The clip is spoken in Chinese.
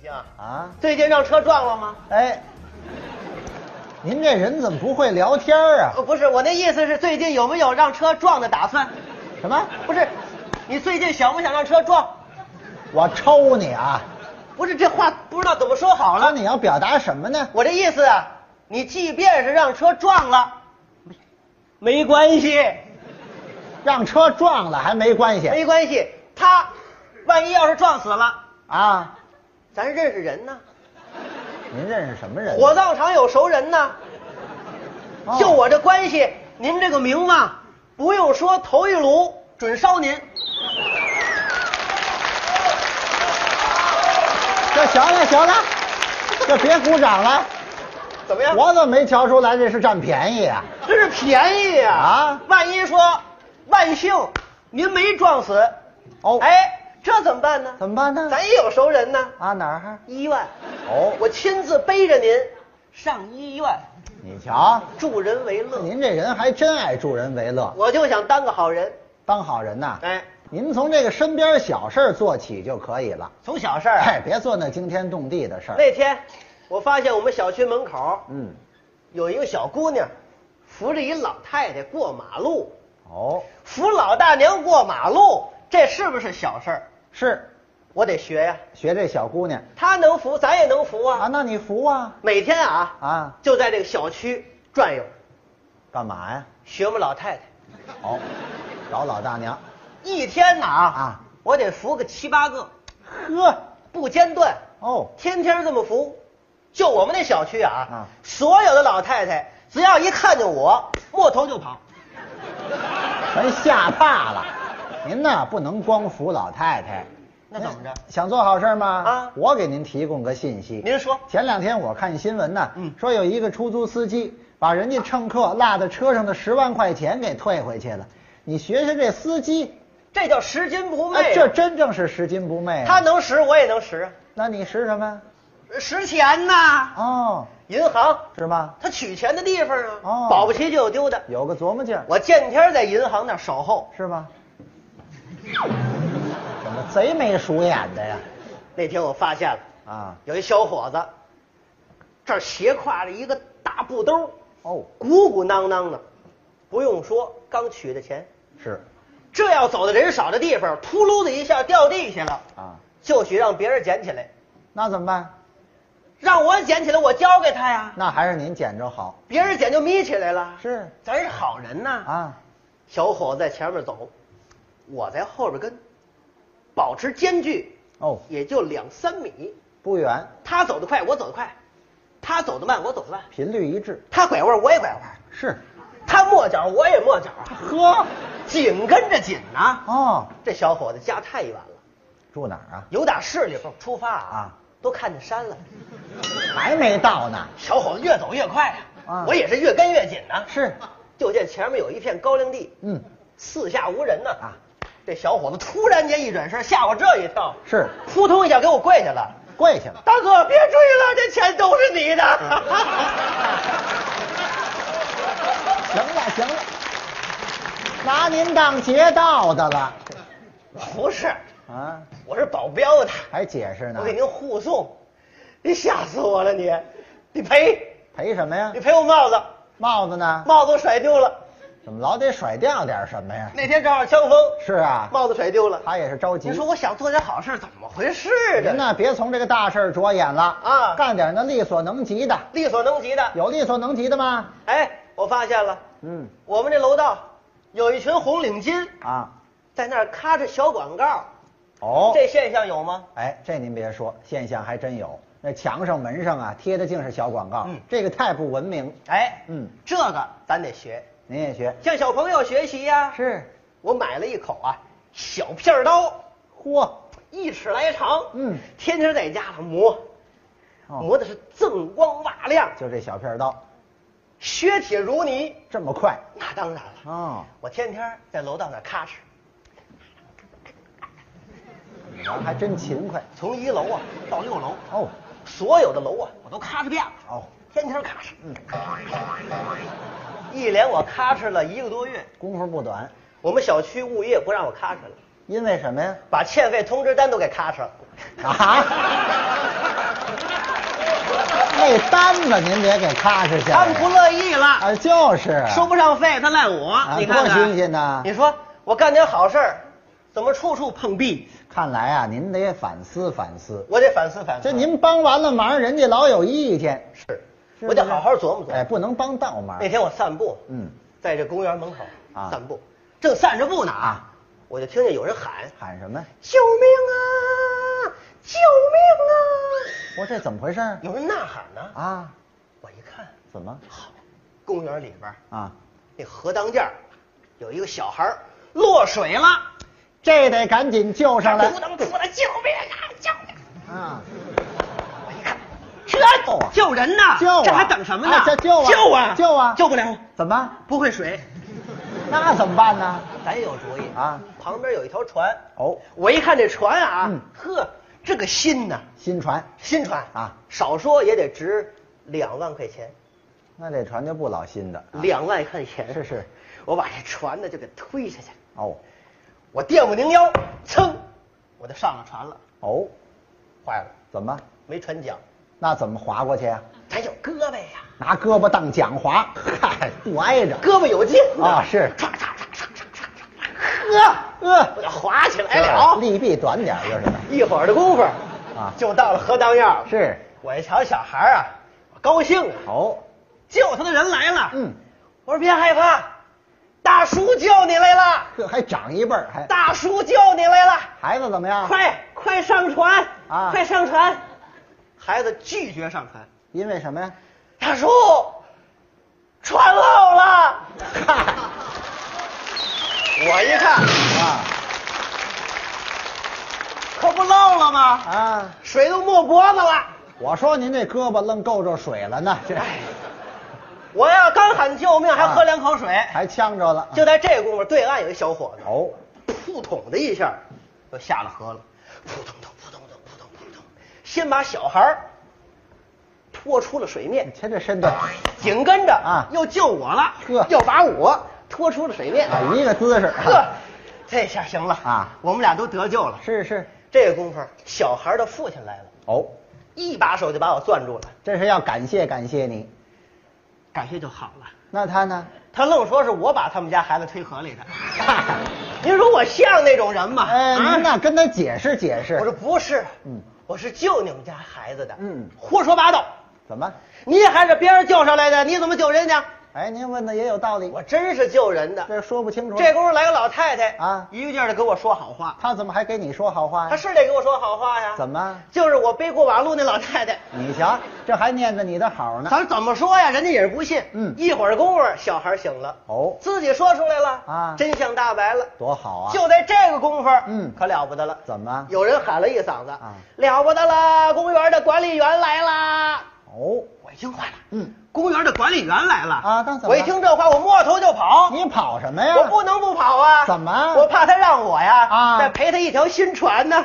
行啊，啊，最近让车撞了吗？哎，您这人怎么不会聊天儿啊呃，？不是，我那意思是最近有没有让车撞的打算？什么？不是，你最近想不想让车撞？我抽你啊！不是，这话不知道怎么说好那了。你要表达什么呢？我这意思啊，你即便是让车撞了，没关系，让车撞了还没关系没关系。他万一要是撞死了，啊？咱认识人呢，您认识什么人？啊火葬场有熟人呢。哦就我这关系，您这个名望，不用说，头一炉准烧您。这行 了行了，这别鼓掌了，怎么样？我怎么没瞧出来这是占便宜啊？这是便宜呀、啊万一说万幸您没撞死，哦哎，这怎么办呢？怎么办呢？咱也有熟人呢，啊哪儿？医院，哦，我亲自背着您上医院，你瞧，助人为乐。您这人还真爱助人为乐，我就想当个好人，当好人呐。哎，您从这个身边小事儿做起就可以了。从小事儿、哎，啊。别做那惊天动地的事儿。那天我发现我们小区门口嗯，有一个小姑娘，扶着一老太太过马路，哦，扶老大娘过马路，这是不是小事儿？是我得学呀、学这小姑娘她能扶，咱也能扶啊，那你服啊每天啊啊，就在这个小区转悠，干嘛呀？学我们老太太。哦，找老大娘。一天呐啊我得扶个七八个，呵，不间断，哦，天天这么扶。就我们那小区啊，啊所有的老太太只要一看见我，摸头就跑。全吓怕了。您呐，不能光服老太太。那怎么着？想做好事吗？啊我给您提供个信息。您说前两天我看新闻呢，嗯说有一个出租司机把人家乘客落在车上的十万块钱给退回去了。你学学这司机，这叫拾金不昧啊、哎，这真正是拾金不昧、啊。他，能拾，我也能拾啊，那你拾什么？拾钱呐、哦，银行是吗？他取钱的地方啊，哦保不齐就有丢的。有个琢磨劲儿，我见天在银行那儿守候，是吗？怎么贼眉鼠眼的呀？那天我发现了。啊，有一小伙子，这儿斜挎着一个大布兜，哦，鼓鼓囊囊的，不用说，刚取的钱。是，这要走到人少的地方，秃噜的一下掉地下了，啊，就许让别人捡起来，那怎么办？让我捡起来，我交给他呀。那还是您捡着好。别人捡就眯起来了，是咱是好人呐。啊，小伙子在前面走，我在后边跟，保持间距，哦，也就两三米。不远，他走得快，我走得快；他走得慢，我走得慢。频率一致。他拐弯，我也拐弯。是，他磨脚，我也磨脚啊，呵，紧跟着紧呐、哦，这小伙子家太远了，住哪儿啊？有点势力出发啊，都看见山了。还没到呢。小伙子越走越快啊我也是越跟越紧呐、是，就见前面有一片高粱地，嗯，四下无人呢。啊，这小伙子突然间一转身，吓我这一跳，是啊扑通一下给我跪下了。跪下了。大哥，别追了，这钱都是你的。嗯行了行了，拿您当劫道的了。 不是，啊，我是保镖的。还解释呢我？给您护送，你吓死我了你！你赔，赔什么呀你？赔我帽子，帽子呢？帽子我甩丢了。怎么老得甩掉点什么呀？那天正好枪风，是啊，帽子甩丢了。他也是着急您。说我想做点好事，怎么回事您呢？呢，别从这个大事儿着眼了啊干点那力所能及的。力所能及的。有力所能及的吗？哎，我发现了，嗯，我们这楼道有一群红领巾，啊，在那儿咔着小广告，哦，这现象有吗？哎，这您别说，现象还真有。那墙上、门上啊，贴的竟是小广告，嗯这个太不文明。哎，嗯，这个咱得学，您也学？向小朋友学习呀、是，我买了一口啊小片儿刀，嚯，一尺来长，嗯天天在家里磨，哦磨的是锃光瓦亮，就这小片刀，削铁如泥。这么快？那当然了，哦，我天天在楼道那儿咔哧，你瞧还真勤快。从一楼啊到六楼，哦，所有的楼啊我都咔哧遍了。哦，天天咔哧，嗯一连我咔哧了一个多月。功夫不短。我们小区物业不让我咔哧了，因为什么呀？ 把欠费通知单都给咔哧了。啊？这单子您别给喀哧下他来们呀。不乐意了，啊，就是啊收不上费，他赖我啊，你看看多新鲜呐你说我干点好事儿，怎么处处碰壁？看来啊，您得反思反思。我得反思反思。这您帮完了忙，人家老有意见，是，是不我是得好好琢磨琢磨。哎，不能帮倒忙那。天我散步，嗯，在这公园门口啊散步，正散着步呢啊啊，我就听见有人喊喊什么？ “救命啊！救命我说这怎么回事啊！”有人呐喊呢啊！啊？我一看，怎么？好，公园里边儿啊，那河当间儿有一个小孩儿落水了，这得赶紧救上来扑腾扑腾，救命啊！救命！啊！我一看，这救啊救人呢，救啊！这还等什么呢啊？这救啊！救啊！救啊！救不了，怎么？不会水。那怎么办呢？咱有主意啊！旁边有一条船，哦，我一看这船啊，嗯呵，这个新呐，新船，新船啊少说也得值两万块钱，那这船就不老新的。啊两万块钱是是，我把这船呢就给推下去，哦我垫不拧腰，噌，我就上了船了，哦，坏了，怎么？没船桨，那怎么划过去啊？咱有胳膊呀，拿胳膊当桨划，嗨，不挨着。胳膊有劲啊是唰唰唰唰唰唰唰，呵，呃我就滑起来了，利弊短点儿就是。一会儿的功夫啊就到了河当院了，是，我一瞧小孩儿啊，我高兴啊。哦，救他的人来了。嗯，我说别害怕，大叔救你来了，这还长一辈儿，还大叔救你来了，孩子怎么样？快快上船啊快上船！孩子拒绝上船，因为什么呀？大叔，船漏了。嗨，我一看，啊可不漏了吗？啊！水都没脖子了。我说您这胳膊愣够着水了呢，这哎，我要刚喊救命，还啊喝两口水。还呛着了。就在这功夫，对岸有一小伙子，哦，扑通的一下就下了河了，扑通通扑通通扑通扑通，先把小孩儿拖出了水面你，瞧这身段，紧跟着嗯啊又救我了，呵又把我拖出了水面，啊，一个姿势。呵， 这下行了啊我们俩都得救了。是是，这功夫，小孩儿的父亲来了，哦，一把手就把我攥住了，这是要感谢感谢你。感谢就好了。那他呢？他愣说是我把他们家孩子推河里的， 您说我像那种人吗？哎，啊您那跟他解释解释。我说不是，嗯我是救你们家孩子的，嗯胡说八道，怎么？你还是别人救上来的，你怎么救人家？哎，您问的也有道理，我真是救人的。这说不清楚。这功夫来个老太太啊一个劲儿的给我说好话，他怎么还给你说好话她呀？是得给我说好话呀。怎么？就是我背过马路那老太太，你瞧，这还念着你的好呢。咱怎么说呀？人家也是不信。嗯一会儿功夫，小孩醒了，哦自己说出来了啊真相大白了。多好啊！就在这个功夫，嗯可了不得了。怎么有人喊了一嗓子啊，了不得了，公园的管理员来啦！哦，我一听坏了，嗯，公园的管理员来了啊那怎么我一听这话，我摸头就跑，你跑什么呀？我不能不跑啊！怎么我怕他让我呀，啊 再赔他一条新船呢。